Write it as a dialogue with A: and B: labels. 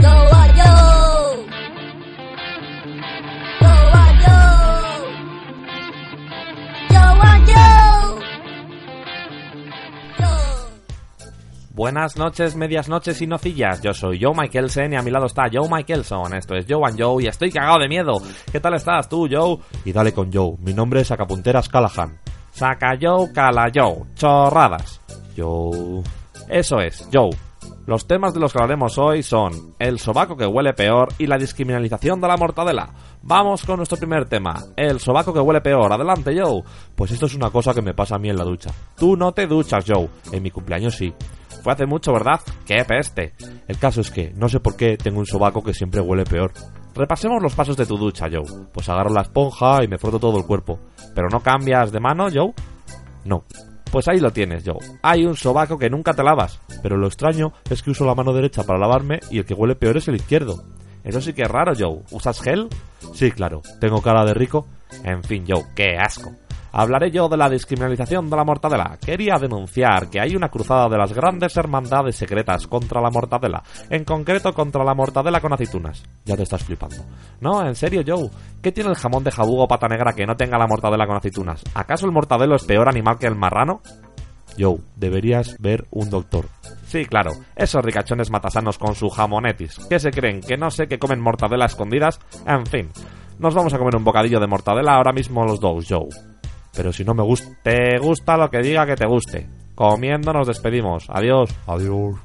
A: Yo, ah, yo. Yo, ah, yo. Yo, ah, yo. Yo.
B: Buenas noches, medias noches y nocillas. Yo soy Joe Michaelsen y a mi lado está Joe Michaelson. Esto es Joe and Joe y estoy cagado de miedo. ¿Qué tal estás tú, Joe? Y dale con Joe. Mi nombre es Sacapunteras Callahan. Saca Joe, cala Joe. Chorradas. Joe. Eso es, Joe. Los temas de los que hablaremos hoy son el sobaco que huele peor y la discriminalización de la mortadela. Vamos con nuestro primer tema, el sobaco que huele peor. Adelante, Joe. Pues esto es una cosa que me pasa a mí en la ducha. Tú no te duchas, Joe. En mi cumpleaños sí. Fue hace mucho, ¿verdad? ¡Qué peste! El caso es que no sé por qué tengo un sobaco que siempre huele peor. Repasemos los pasos de tu ducha, Joe. Pues agarro la esponja y me froto todo el cuerpo. ¿Pero no cambias de mano, Joe? No. Pues ahí lo tienes, Joe. Hay un sobaco que nunca te lavas. Pero lo extraño es que uso la mano derecha para lavarme y el que huele peor es el izquierdo. Eso sí que es raro, Joe. ¿Usas gel? Sí, claro. ¿Tengo cara de rico? En fin, Joe, qué asco. Hablaré yo de la discriminalización de la mortadela. Quería denunciar que hay una cruzada de las grandes hermandades secretas contra la mortadela. En concreto contra la mortadela con aceitunas. Ya te estás flipando. No, en serio, Joe. ¿Qué tiene el jamón de jabugo pata negra que no tenga la mortadela con aceitunas? ¿Acaso el mortadelo es peor animal que el marrano? Joe, deberías ver un doctor. Sí, claro, esos ricachones matasanos con su jamonetis. ¿Qué se creen? ¿Que no sé que comen mortadela a escondidas? En fin, nos vamos a comer un bocadillo de mortadela ahora mismo los dos, Joe. Pero si no me gusta... Te gusta lo que diga que te guste. Comiendo nos despedimos. Adiós. Adiós.